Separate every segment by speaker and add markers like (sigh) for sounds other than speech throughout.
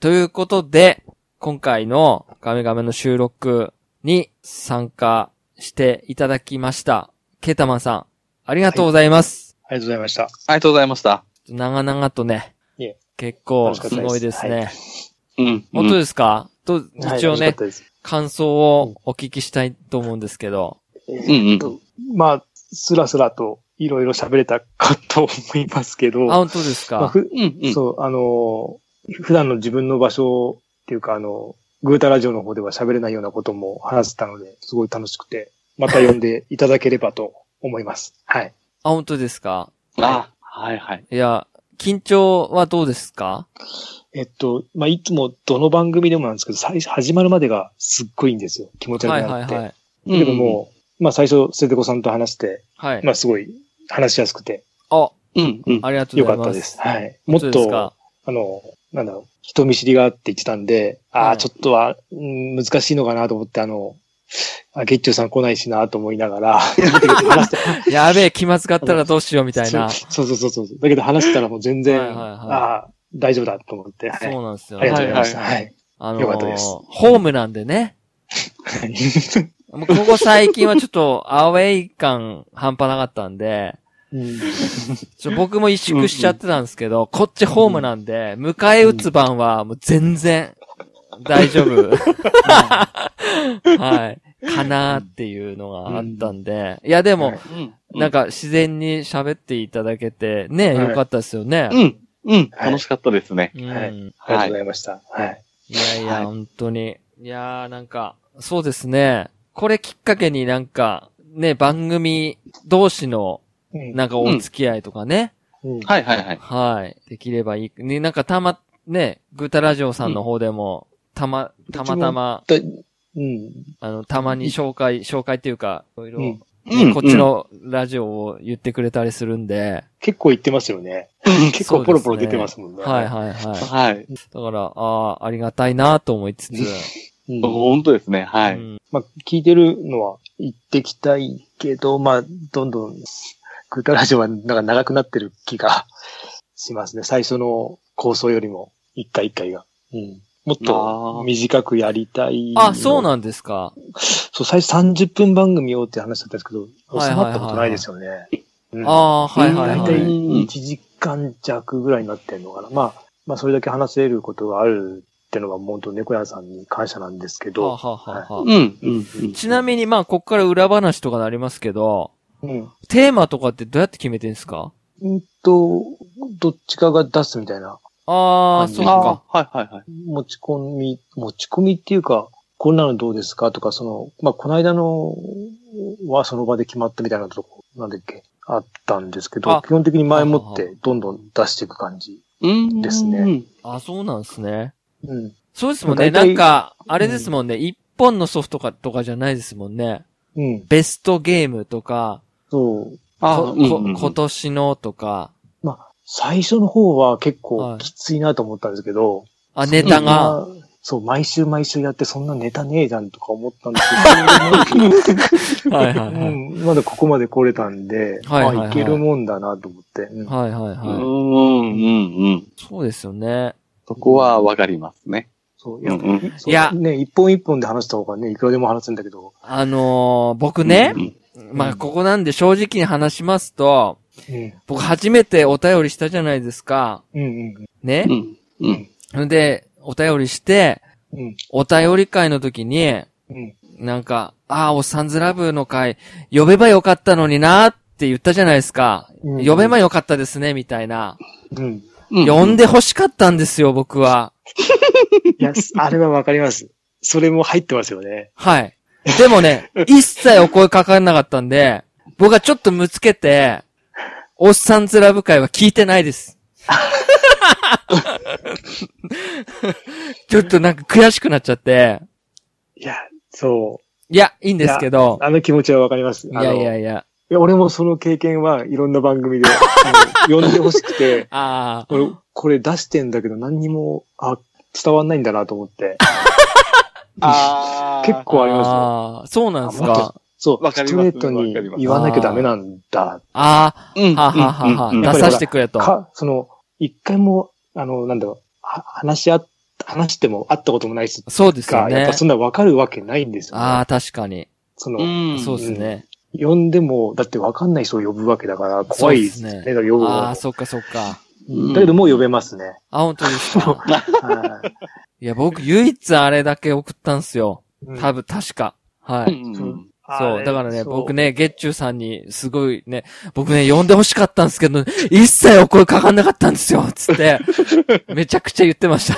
Speaker 1: ということで、今回のガメガメの収録に参加していただきました。ケータマンさん、ありがとうございます。
Speaker 2: ありがとうございました。
Speaker 3: ありがとうございました。
Speaker 1: 長々とね
Speaker 2: いえ、
Speaker 1: 結構
Speaker 2: 楽しかっ
Speaker 1: す
Speaker 2: たです
Speaker 1: ごいですね。
Speaker 2: はい
Speaker 3: うん。
Speaker 1: 本当
Speaker 3: うん
Speaker 1: ですか、と、一応
Speaker 2: はい楽しかっ
Speaker 1: ね、
Speaker 2: たです
Speaker 1: 感想をお聞きしたいと思うんですけど。
Speaker 3: うんう
Speaker 2: まあ、すらすらといろいろ喋れたかと思いますけど、
Speaker 1: あ、本当です
Speaker 2: まあ
Speaker 1: か、
Speaker 2: ふ
Speaker 3: うんうん。
Speaker 2: そう、あのー、普段の自分の場所っていうか、あの、グータラジオの方では喋れないようなことも話せたので、すごい楽しくて、また呼んでいただければと思います。 (laughs) はい。
Speaker 1: あ、本当ですか
Speaker 3: あ、はいはい。
Speaker 1: いや、緊張はどうですか
Speaker 2: えっと、まあ、いつもどの番組でもなんですけど、最初、始まるまでがすっごいいいんですよ。気持ち
Speaker 1: は
Speaker 2: 悪く
Speaker 1: い
Speaker 2: な
Speaker 1: はい
Speaker 2: って。
Speaker 1: はい。
Speaker 3: うん
Speaker 2: だけども、まあ、最初、瀬戸子さんと話して、
Speaker 1: はい。
Speaker 2: まあ、すごい話しやすくて、
Speaker 1: あ、
Speaker 3: うんうん。
Speaker 1: ありがとう
Speaker 2: よ
Speaker 1: ござ
Speaker 2: か
Speaker 1: います。
Speaker 2: ったです。はい。もっ
Speaker 1: 本当ですか
Speaker 2: と、あの、なんだろう、人見知りがあって言ってたんで、あ
Speaker 1: は
Speaker 2: あ、
Speaker 1: い
Speaker 2: ちょっとは、うん難しいのかなと思って、あの、あ、ゲッチョウさん来ないしなと思いながら、だけど話して
Speaker 1: やべえ、気まずかったらどうしようみたいな。そ
Speaker 2: (laughs) そうそうそうそうそう。だけど話したらもう全然、
Speaker 1: はいはいはい
Speaker 2: ああ、大丈夫だと思って、はい。
Speaker 1: うなんですよ
Speaker 2: あ
Speaker 1: ね。
Speaker 2: りがとうございました。
Speaker 3: はいは
Speaker 2: はい。
Speaker 1: あの
Speaker 2: よかったです
Speaker 1: ホームなんでね。
Speaker 2: はい
Speaker 1: もうここ最近はちょっとアウェイ感半端なかったんで、
Speaker 2: うん
Speaker 1: ちょ僕も萎縮しちゃってたんですけど、こっちホームなんで、迎え撃つ番はもう全然大丈夫。 (laughs) はい。かなーっていうのがあったんで。いやでも、
Speaker 3: うん。
Speaker 1: なんか自然に喋っていただけて、ね、
Speaker 2: はい
Speaker 1: よかったですよね
Speaker 3: う。ん。うん。
Speaker 2: はい
Speaker 3: 楽しかったですね。
Speaker 1: うん。
Speaker 2: はい
Speaker 1: い、
Speaker 2: (laughs) ありがとうございました。はい。
Speaker 1: やいや、
Speaker 3: はい
Speaker 1: 本当に。いやーなんか、そうですね。これきっかけになんか、ね、番組同士の、
Speaker 2: うん
Speaker 1: なんかお付き合いとかね。
Speaker 2: うん
Speaker 3: はいはいはい。
Speaker 1: はい。できればいい。ね、なんかたま、ね、グータラジオさんの方でも、たま、たまたま、
Speaker 2: だうん。
Speaker 1: あの、たまに紹介、紹介っていうか、いろいろ、
Speaker 2: うん
Speaker 3: うん。
Speaker 1: こっちのラジオを言ってくれたりするんで、
Speaker 2: 結構言ってますよね。結構ポロポロ出てますもんね。
Speaker 1: はいはいはい
Speaker 3: うん。。はい。
Speaker 1: だから、ああ、ありがたいなと思いつつ。
Speaker 2: うん
Speaker 3: 本当ですね。は
Speaker 1: う
Speaker 3: い。
Speaker 1: ん
Speaker 2: まあ、聞いてるのは言ってきたいけど、まあ、どんどん、グータラジオはなんか長くなってる気がしますね。最初の構想よりも、一回一回が。うん。もっ
Speaker 3: あ
Speaker 2: と
Speaker 3: ー
Speaker 2: 短くやりたい。
Speaker 1: あ、そうんなんですか。
Speaker 2: そう、最初30分番組をって話だったんですけど、
Speaker 1: はい
Speaker 2: 収
Speaker 1: はいはい
Speaker 2: まったことないですよね。うん
Speaker 1: ああ、はいはい
Speaker 2: 大
Speaker 1: は
Speaker 2: 体
Speaker 1: い。
Speaker 2: 1時間弱ぐらいになってんのかな。まあ、まあ、それだけ話せることがあるってのは、本当猫屋さんに感謝なんですけ
Speaker 1: は
Speaker 2: ど。
Speaker 1: ははは
Speaker 3: うん。うん。うん
Speaker 1: ちなみに、まあ、こっから裏話とかなりますけど、
Speaker 2: うん。
Speaker 1: テーマとかってどうやって決めてんですか
Speaker 2: うんと、どっちかが出すみたいな。
Speaker 1: ああ、
Speaker 2: 感じ
Speaker 1: そっ
Speaker 3: あ
Speaker 1: か。
Speaker 3: ーはいはいはい。
Speaker 2: 持ち込み、持ち込みっていうか、こんなのどうですかとか、その、まあ、この間のはその場で決まったみたいなとこ、なんだっけ、あったんですけ
Speaker 1: あ
Speaker 2: ど、基本的に前もっ
Speaker 1: は
Speaker 2: てどんどん出していく感じ。
Speaker 3: うん。
Speaker 2: ですね。
Speaker 1: あそうなんですね。
Speaker 2: うん。
Speaker 1: そうですもんね。
Speaker 2: 大
Speaker 1: な
Speaker 2: 体
Speaker 1: んか、あれですもんね。一本のソフトか、とかじゃないですもんね。
Speaker 2: うん。
Speaker 1: ベストゲームとか、
Speaker 2: そう。
Speaker 3: あ
Speaker 1: こ
Speaker 3: ーうん
Speaker 1: こ
Speaker 3: うんうん
Speaker 1: 今年のとか、
Speaker 2: まあ、最初の方は結
Speaker 1: は
Speaker 2: 構
Speaker 1: い
Speaker 2: きついなと思ったんですけど、
Speaker 1: あ、ネタが、
Speaker 2: そんなそう、毎週毎週やってそんなネタねえじゃんとか思ったんです
Speaker 1: (laughs)
Speaker 2: けど、
Speaker 1: はいはいうはい。
Speaker 2: ん、まだここまで来れたんで、
Speaker 1: はいはいはい
Speaker 2: あいけるもんだなと思って。うん
Speaker 1: はいはいうはい。
Speaker 3: んうんうん。
Speaker 1: そうですよね。
Speaker 3: そこはわかりますね。
Speaker 2: そう
Speaker 3: うんうん。
Speaker 2: そう
Speaker 1: いや
Speaker 2: ね、一本一本で話した方がね、いくらでも話せんだけど。
Speaker 1: あのー、僕ね
Speaker 3: う、ん
Speaker 1: まあ、ここなんで正直に話しますと、
Speaker 2: うん。
Speaker 1: 僕初めてお便りしたじゃないですか。
Speaker 2: うんうん
Speaker 1: ね
Speaker 3: う。ん。うん。
Speaker 1: んで、お便りして、
Speaker 2: うん。
Speaker 1: お便り会の時に、
Speaker 2: うん。
Speaker 1: なんか、ああ、おっさんずラブの会、呼べばよかったのになーって言ったじゃないですか。
Speaker 2: うん
Speaker 1: 呼べばよかったですね、みたいな。
Speaker 2: うん。
Speaker 3: う
Speaker 1: 呼んで欲しかったんですよ、僕は。
Speaker 2: いや、すあれはわかります。それも入ってますよね。
Speaker 1: はい。でも
Speaker 2: (laughs)
Speaker 1: ね、一切お声かかんなかったんで、僕はちょっとむつけて、おっさんずラブ会は聞いてない
Speaker 2: (laughs)
Speaker 1: です。 (laughs) ちょっとなんか悔しくなっちゃって、
Speaker 2: いや、そ
Speaker 1: いや、いいんですけ
Speaker 2: う
Speaker 1: ど。、
Speaker 2: あの気持ちはわかります。
Speaker 1: い
Speaker 2: あの
Speaker 1: やいやいや、
Speaker 2: いや俺もその経験はいろんな番組で、あの呼んでほしくて、
Speaker 1: ああ、
Speaker 2: 俺、これ出してんだけど何にも、あ、伝わんないんだなと思って。
Speaker 3: あー
Speaker 2: 結構ありますよ。
Speaker 1: ああ、そうなんです
Speaker 2: あま
Speaker 1: か。
Speaker 2: そう、
Speaker 3: わ
Speaker 2: ス
Speaker 3: かり
Speaker 2: ト
Speaker 3: ます
Speaker 2: レートに言わなきゃダメなんだ。
Speaker 1: あ
Speaker 3: うん。
Speaker 1: あ、はあはあはあは
Speaker 3: うんうんうん
Speaker 1: あ、出させてくれと。
Speaker 2: か、その、一回も、あの、なんだろう、は話し合っ話しても会ったこともない人
Speaker 1: そうですよ
Speaker 2: が、やっ
Speaker 1: ね
Speaker 2: ぱ。そんなわかるわけないんですよ、ね。
Speaker 1: ああ、確かに。
Speaker 2: そうの、
Speaker 3: ん。
Speaker 1: そうですね。
Speaker 2: 呼んでも、だってわかんない人を呼ぶわけだから、怖いですね。
Speaker 1: そうっすね
Speaker 2: だから呼ぶ
Speaker 1: ああ、
Speaker 2: の
Speaker 1: そっかそっか。
Speaker 3: うん
Speaker 2: だけどもう呼べますね。
Speaker 1: あ、本当ですか。
Speaker 2: はい
Speaker 1: や、僕、唯一あれだけ送ったんすよ。
Speaker 2: い
Speaker 1: 多分、確か。は
Speaker 3: う
Speaker 1: い。
Speaker 3: ん。
Speaker 1: そう。だからね、僕。ね、月中さんに、すごいね、僕ね、呼んで欲しかったんですけど、一切お声かかんなかったんですよつ
Speaker 2: (laughs)
Speaker 1: って、めちゃくちゃ言ってま
Speaker 2: (laughs)
Speaker 1: し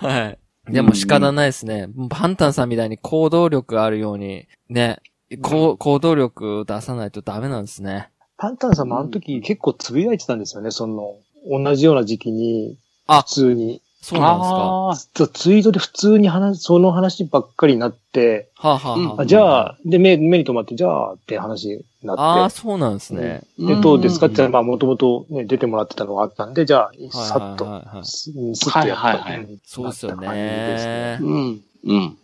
Speaker 1: た。はい。でも仕方ないですね。パンタンさんみたいに行動力あるように、ね、こう行動力出さないとダメなんですね。
Speaker 2: パンタンさんもあの時結構つぶやいてたんですよね、その、同じような時期に、
Speaker 1: あ
Speaker 2: 普通に。
Speaker 1: そうなんですか。は
Speaker 3: あ
Speaker 2: そうツイートで普通に話、その話ばっかりになって、
Speaker 1: あ、はあは
Speaker 3: う
Speaker 1: あ、
Speaker 2: あじゃあ、で、目、目に留まって、じゃあ、って話に
Speaker 1: あ
Speaker 2: な
Speaker 1: あ、
Speaker 2: って。
Speaker 1: そうなんですね。
Speaker 3: ー
Speaker 2: で、どうですかって言ったら、
Speaker 3: ん
Speaker 2: まあ、もともとね、出てもらってたのがあったんで、じゃあ、
Speaker 1: はい
Speaker 2: さっと、
Speaker 1: はいはいはい
Speaker 2: すすっとやった。
Speaker 3: はいはいはい
Speaker 2: ん
Speaker 1: そうですよ
Speaker 2: なった感じです
Speaker 1: ね。
Speaker 3: うん。うん。うん。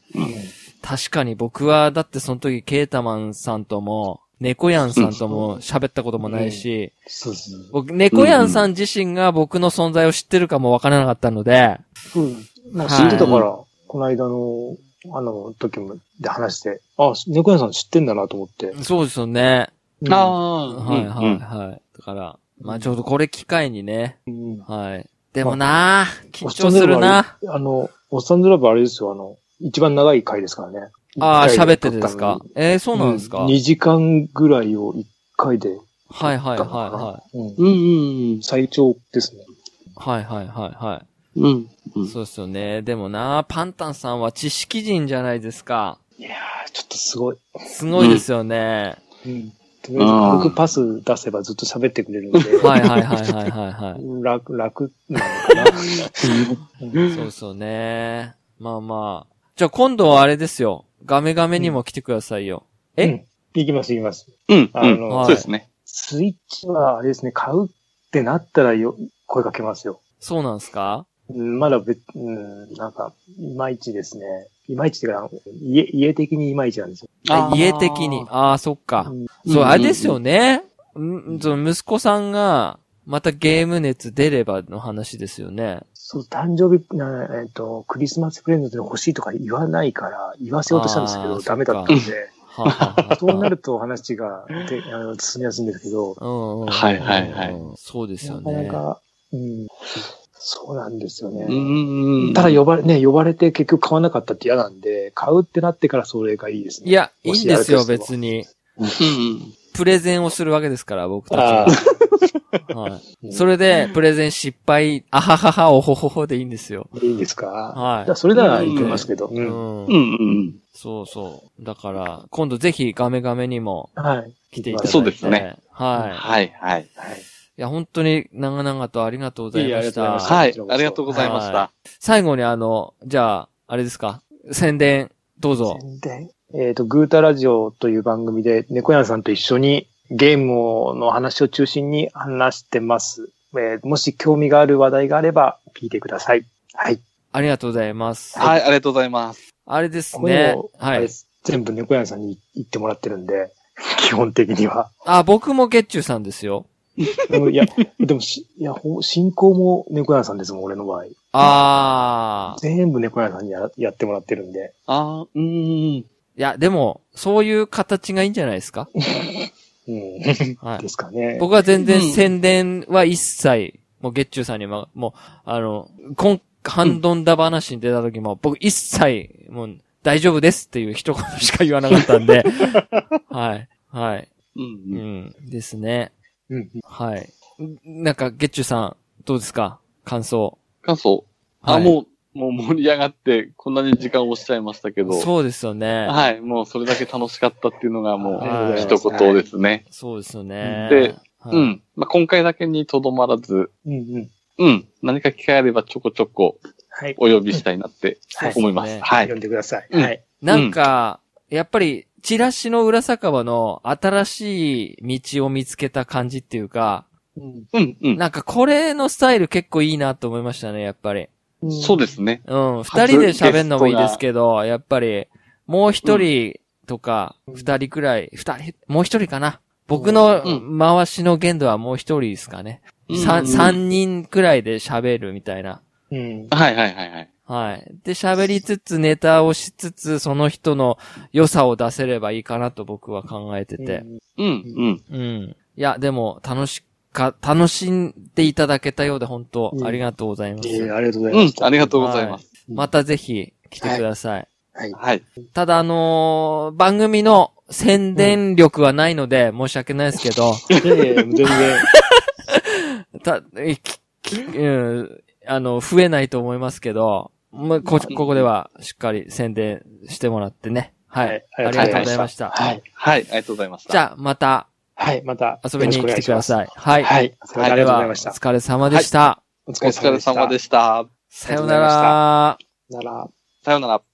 Speaker 1: 確かに僕は、だってその時、ケータマンさんとも、猫やんさんとも喋ったこともないし、
Speaker 2: そうそう。
Speaker 1: 僕、猫やんさん自身が僕の存在を知ってるかもわからなかったので、
Speaker 2: うん。なんか
Speaker 1: はい
Speaker 2: 知ってたから、この間の、あの、時も、で話して、あ、猫屋さん知ってんだなと思って。
Speaker 1: そうですよね。
Speaker 2: うん
Speaker 3: ああ。
Speaker 1: はいは
Speaker 3: う
Speaker 1: い
Speaker 3: ん
Speaker 1: はい。だから、まあちょうどこれ機会にね、
Speaker 2: うん。
Speaker 1: はい。でもなあ緊張するな
Speaker 2: あの、おっさんずラブあれですよ、あの、一番長い回ですからね。
Speaker 1: ああ、
Speaker 2: 一回
Speaker 1: 喋
Speaker 2: で
Speaker 1: っててですか
Speaker 2: 撮っ
Speaker 1: えー、そ
Speaker 2: た
Speaker 1: う
Speaker 2: のに
Speaker 1: なんですか、
Speaker 2: う ?2 時間ぐらいを1回で
Speaker 1: はいはいはい
Speaker 2: 撮ったのかな。
Speaker 1: は
Speaker 2: うん
Speaker 3: うん。うん。
Speaker 2: 最長ですね。
Speaker 1: い。はいはいはいはい。
Speaker 3: うん。うん
Speaker 1: そうですよね。でもな、パンタンさんは知識人じゃないですか。
Speaker 2: いやー、ちょっとすごい。
Speaker 1: すごいですよね。
Speaker 2: うん。とりあえず軽くパス出せばずっと喋ってくれるんで、
Speaker 1: (laughs) はいはいはいはいはいはい。
Speaker 2: 楽、楽なのかな。
Speaker 1: そうですよね。まあまあ。じゃあ今度はあれですよ。ガメガメにも来てくださいよ。え、
Speaker 2: うん行きます、行きます。
Speaker 3: うん。
Speaker 2: あ
Speaker 3: うん。
Speaker 2: の、
Speaker 1: はい
Speaker 3: そうですね。
Speaker 2: スイッチは、あれですね、買うってなったらよ、声かけますよ。
Speaker 1: そうなんですか
Speaker 2: うんまだ別、うん、なんか、いまいちですね。いまいちっていうか、家、家的にいまいちなんですよ。
Speaker 1: あ
Speaker 3: あー
Speaker 1: 家的に。ああ、そっか
Speaker 2: う。ん
Speaker 1: そう、あれですよね。うん、その息子さんが、またゲーム熱出ればの話ですよね。
Speaker 2: そう、誕生日、なえっ、と、クリスマスプレゼントで欲しいとか言わないから、言わせようとしたんですけ
Speaker 1: あ
Speaker 2: ど、
Speaker 1: ー
Speaker 2: ダメだったんで、
Speaker 1: はあはあはあ
Speaker 2: そうなると話がであの進みやすいんですけど、
Speaker 1: うんうん。
Speaker 3: はいはいはい
Speaker 1: うん。そうですよ
Speaker 2: な
Speaker 1: ね
Speaker 2: か。なか、うん、そうなんですよね。
Speaker 3: うんうんうん。
Speaker 2: ただ呼ばれ、ね、呼ばれて結局買わなかったって嫌なんで、買うってなってからそれがいいですね。
Speaker 1: いや、いいんですよ、
Speaker 2: もしやるとし
Speaker 1: 別
Speaker 2: ても
Speaker 1: に。
Speaker 3: うん
Speaker 1: プレゼンをするわけですから、僕たち
Speaker 2: あ
Speaker 1: は。
Speaker 2: あ
Speaker 1: はい。それで、プレゼン失敗、あははは、おほほほでいいんですよ。
Speaker 2: いいんですか
Speaker 1: は
Speaker 2: だから
Speaker 1: い。
Speaker 2: それならいけますけど。
Speaker 1: う
Speaker 2: うん
Speaker 1: ん。
Speaker 3: うん。うんうん
Speaker 1: そうそう。だから、今度ぜひガメガメにも
Speaker 2: はい。
Speaker 1: 来ていただいて。
Speaker 3: そうですね。
Speaker 1: は
Speaker 3: う
Speaker 1: い
Speaker 3: ん。。はいはい。
Speaker 1: いや、本当に長々とありがとうございました。
Speaker 2: いえいえありがとうございました
Speaker 3: はい。ありがとうございました。
Speaker 1: 最後にあの、じゃあ、あれですか宣伝、どうぞ。
Speaker 2: 宣伝。えっと、グータラジオという番組で、猫屋さんと一緒にゲームの話を中心に話してます。えーもし興味がある話題があれば聞いてください。はい。
Speaker 1: ありがとうございます。
Speaker 3: はい、ありがとうございます。
Speaker 1: あれです
Speaker 2: これ
Speaker 1: ね
Speaker 2: も。あ
Speaker 1: は
Speaker 2: れ
Speaker 1: い
Speaker 2: で。す全部猫屋さんに言ってもらってるんで、 (laughs) 基本的には。 (laughs)
Speaker 1: あ、僕もゲッチュさんですよ。
Speaker 2: うんいや、でもし、いや、ほ進行も猫屋さんですもん、俺の場合。
Speaker 1: あー。
Speaker 2: 全部猫屋さんにややってもらってるんで。
Speaker 3: あーうーん。
Speaker 1: いや、でも、そういう形がいいんじゃないですか
Speaker 2: うん。
Speaker 1: は
Speaker 2: で
Speaker 1: い。
Speaker 2: すかね。
Speaker 1: 僕は全
Speaker 3: うん
Speaker 1: 然宣伝は一切、もうゲッチュさんにも、もう、あの、今、ハンドンダ話に出た時も、僕一切、もう、大丈夫ですっていう一言しか言わなかったんで。はい。はい。
Speaker 3: う
Speaker 1: うんん。ですね。
Speaker 2: うん。
Speaker 1: はい。んなんか、ゲッチュさん、どうですか感想。
Speaker 3: 感想。あ、
Speaker 1: はい
Speaker 3: もう、もう盛り上がって、こんなに時間を押しちゃいましたけど。
Speaker 1: そうですよね。
Speaker 3: はい、もうそれだけ楽しかったっていうのがも
Speaker 1: は
Speaker 3: う
Speaker 1: い
Speaker 3: 一言ですね。
Speaker 1: そうですよね。
Speaker 3: で
Speaker 1: はい、
Speaker 3: うん。まあ、今回だけにとどまらず、
Speaker 2: うんうん。
Speaker 3: うん。何か機会あればちょこちょこ
Speaker 2: はい。
Speaker 3: お呼びしたいなって
Speaker 2: はい
Speaker 3: 思います。は
Speaker 2: 読
Speaker 3: い。
Speaker 2: んでください。
Speaker 3: うん
Speaker 2: はい。
Speaker 1: なんか、やっぱり、チラシの裏酒場の新しい道を見つけた感じっていうか、
Speaker 3: うん、う (laughs)
Speaker 1: なんかこれのスタイル結構いいなと思いましたね、やっぱり。
Speaker 3: ん。そうですね。
Speaker 1: うん、二人で喋るのもいいですけど、やっぱり、もう一人とか、二人くらい、二人、もう一人かな。僕の
Speaker 3: うん
Speaker 1: 回しの限度はもう一人ですかね。
Speaker 3: うん
Speaker 1: 三、三人くらいで喋るみたいな。
Speaker 2: うん。
Speaker 3: はいはいはいはい。
Speaker 1: はい。で、喋りつつ、ネタをしつつ、その人の良さを出せればいいかなと僕は考えてて。
Speaker 3: うん、うん。
Speaker 1: うん。いや、でも、楽しか、楽しんでいただけたようで、本当
Speaker 2: うん
Speaker 1: ありがとうございます。
Speaker 2: ええありがとうございま
Speaker 3: うん
Speaker 2: し、た。
Speaker 3: ありがとうございます。
Speaker 1: またぜひ、来てください。
Speaker 2: はい。
Speaker 3: はい。
Speaker 1: ただ、あのー番組の宣伝力はないので、申し訳ないですけ
Speaker 2: (laughs)
Speaker 1: ど、
Speaker 2: いやいや全然。
Speaker 1: た、えき、き、うん、あの、増えないと思いますけど、まあ、こ、ここではしっかり宣伝してもらってね。はい。ありがとうございました。
Speaker 2: はい。
Speaker 3: はい、ありがとうございました。
Speaker 1: じゃあ、また
Speaker 2: はい。また
Speaker 1: 遊びに来てくだ
Speaker 2: い。
Speaker 1: さい。はい。
Speaker 2: はい。それではありがとうございまし
Speaker 1: で
Speaker 2: た
Speaker 1: は。お疲れ様でした。
Speaker 2: お
Speaker 3: お疲れ様でした。
Speaker 1: さような
Speaker 2: ありがとうござい
Speaker 1: ら。
Speaker 2: なら。
Speaker 3: さようなら。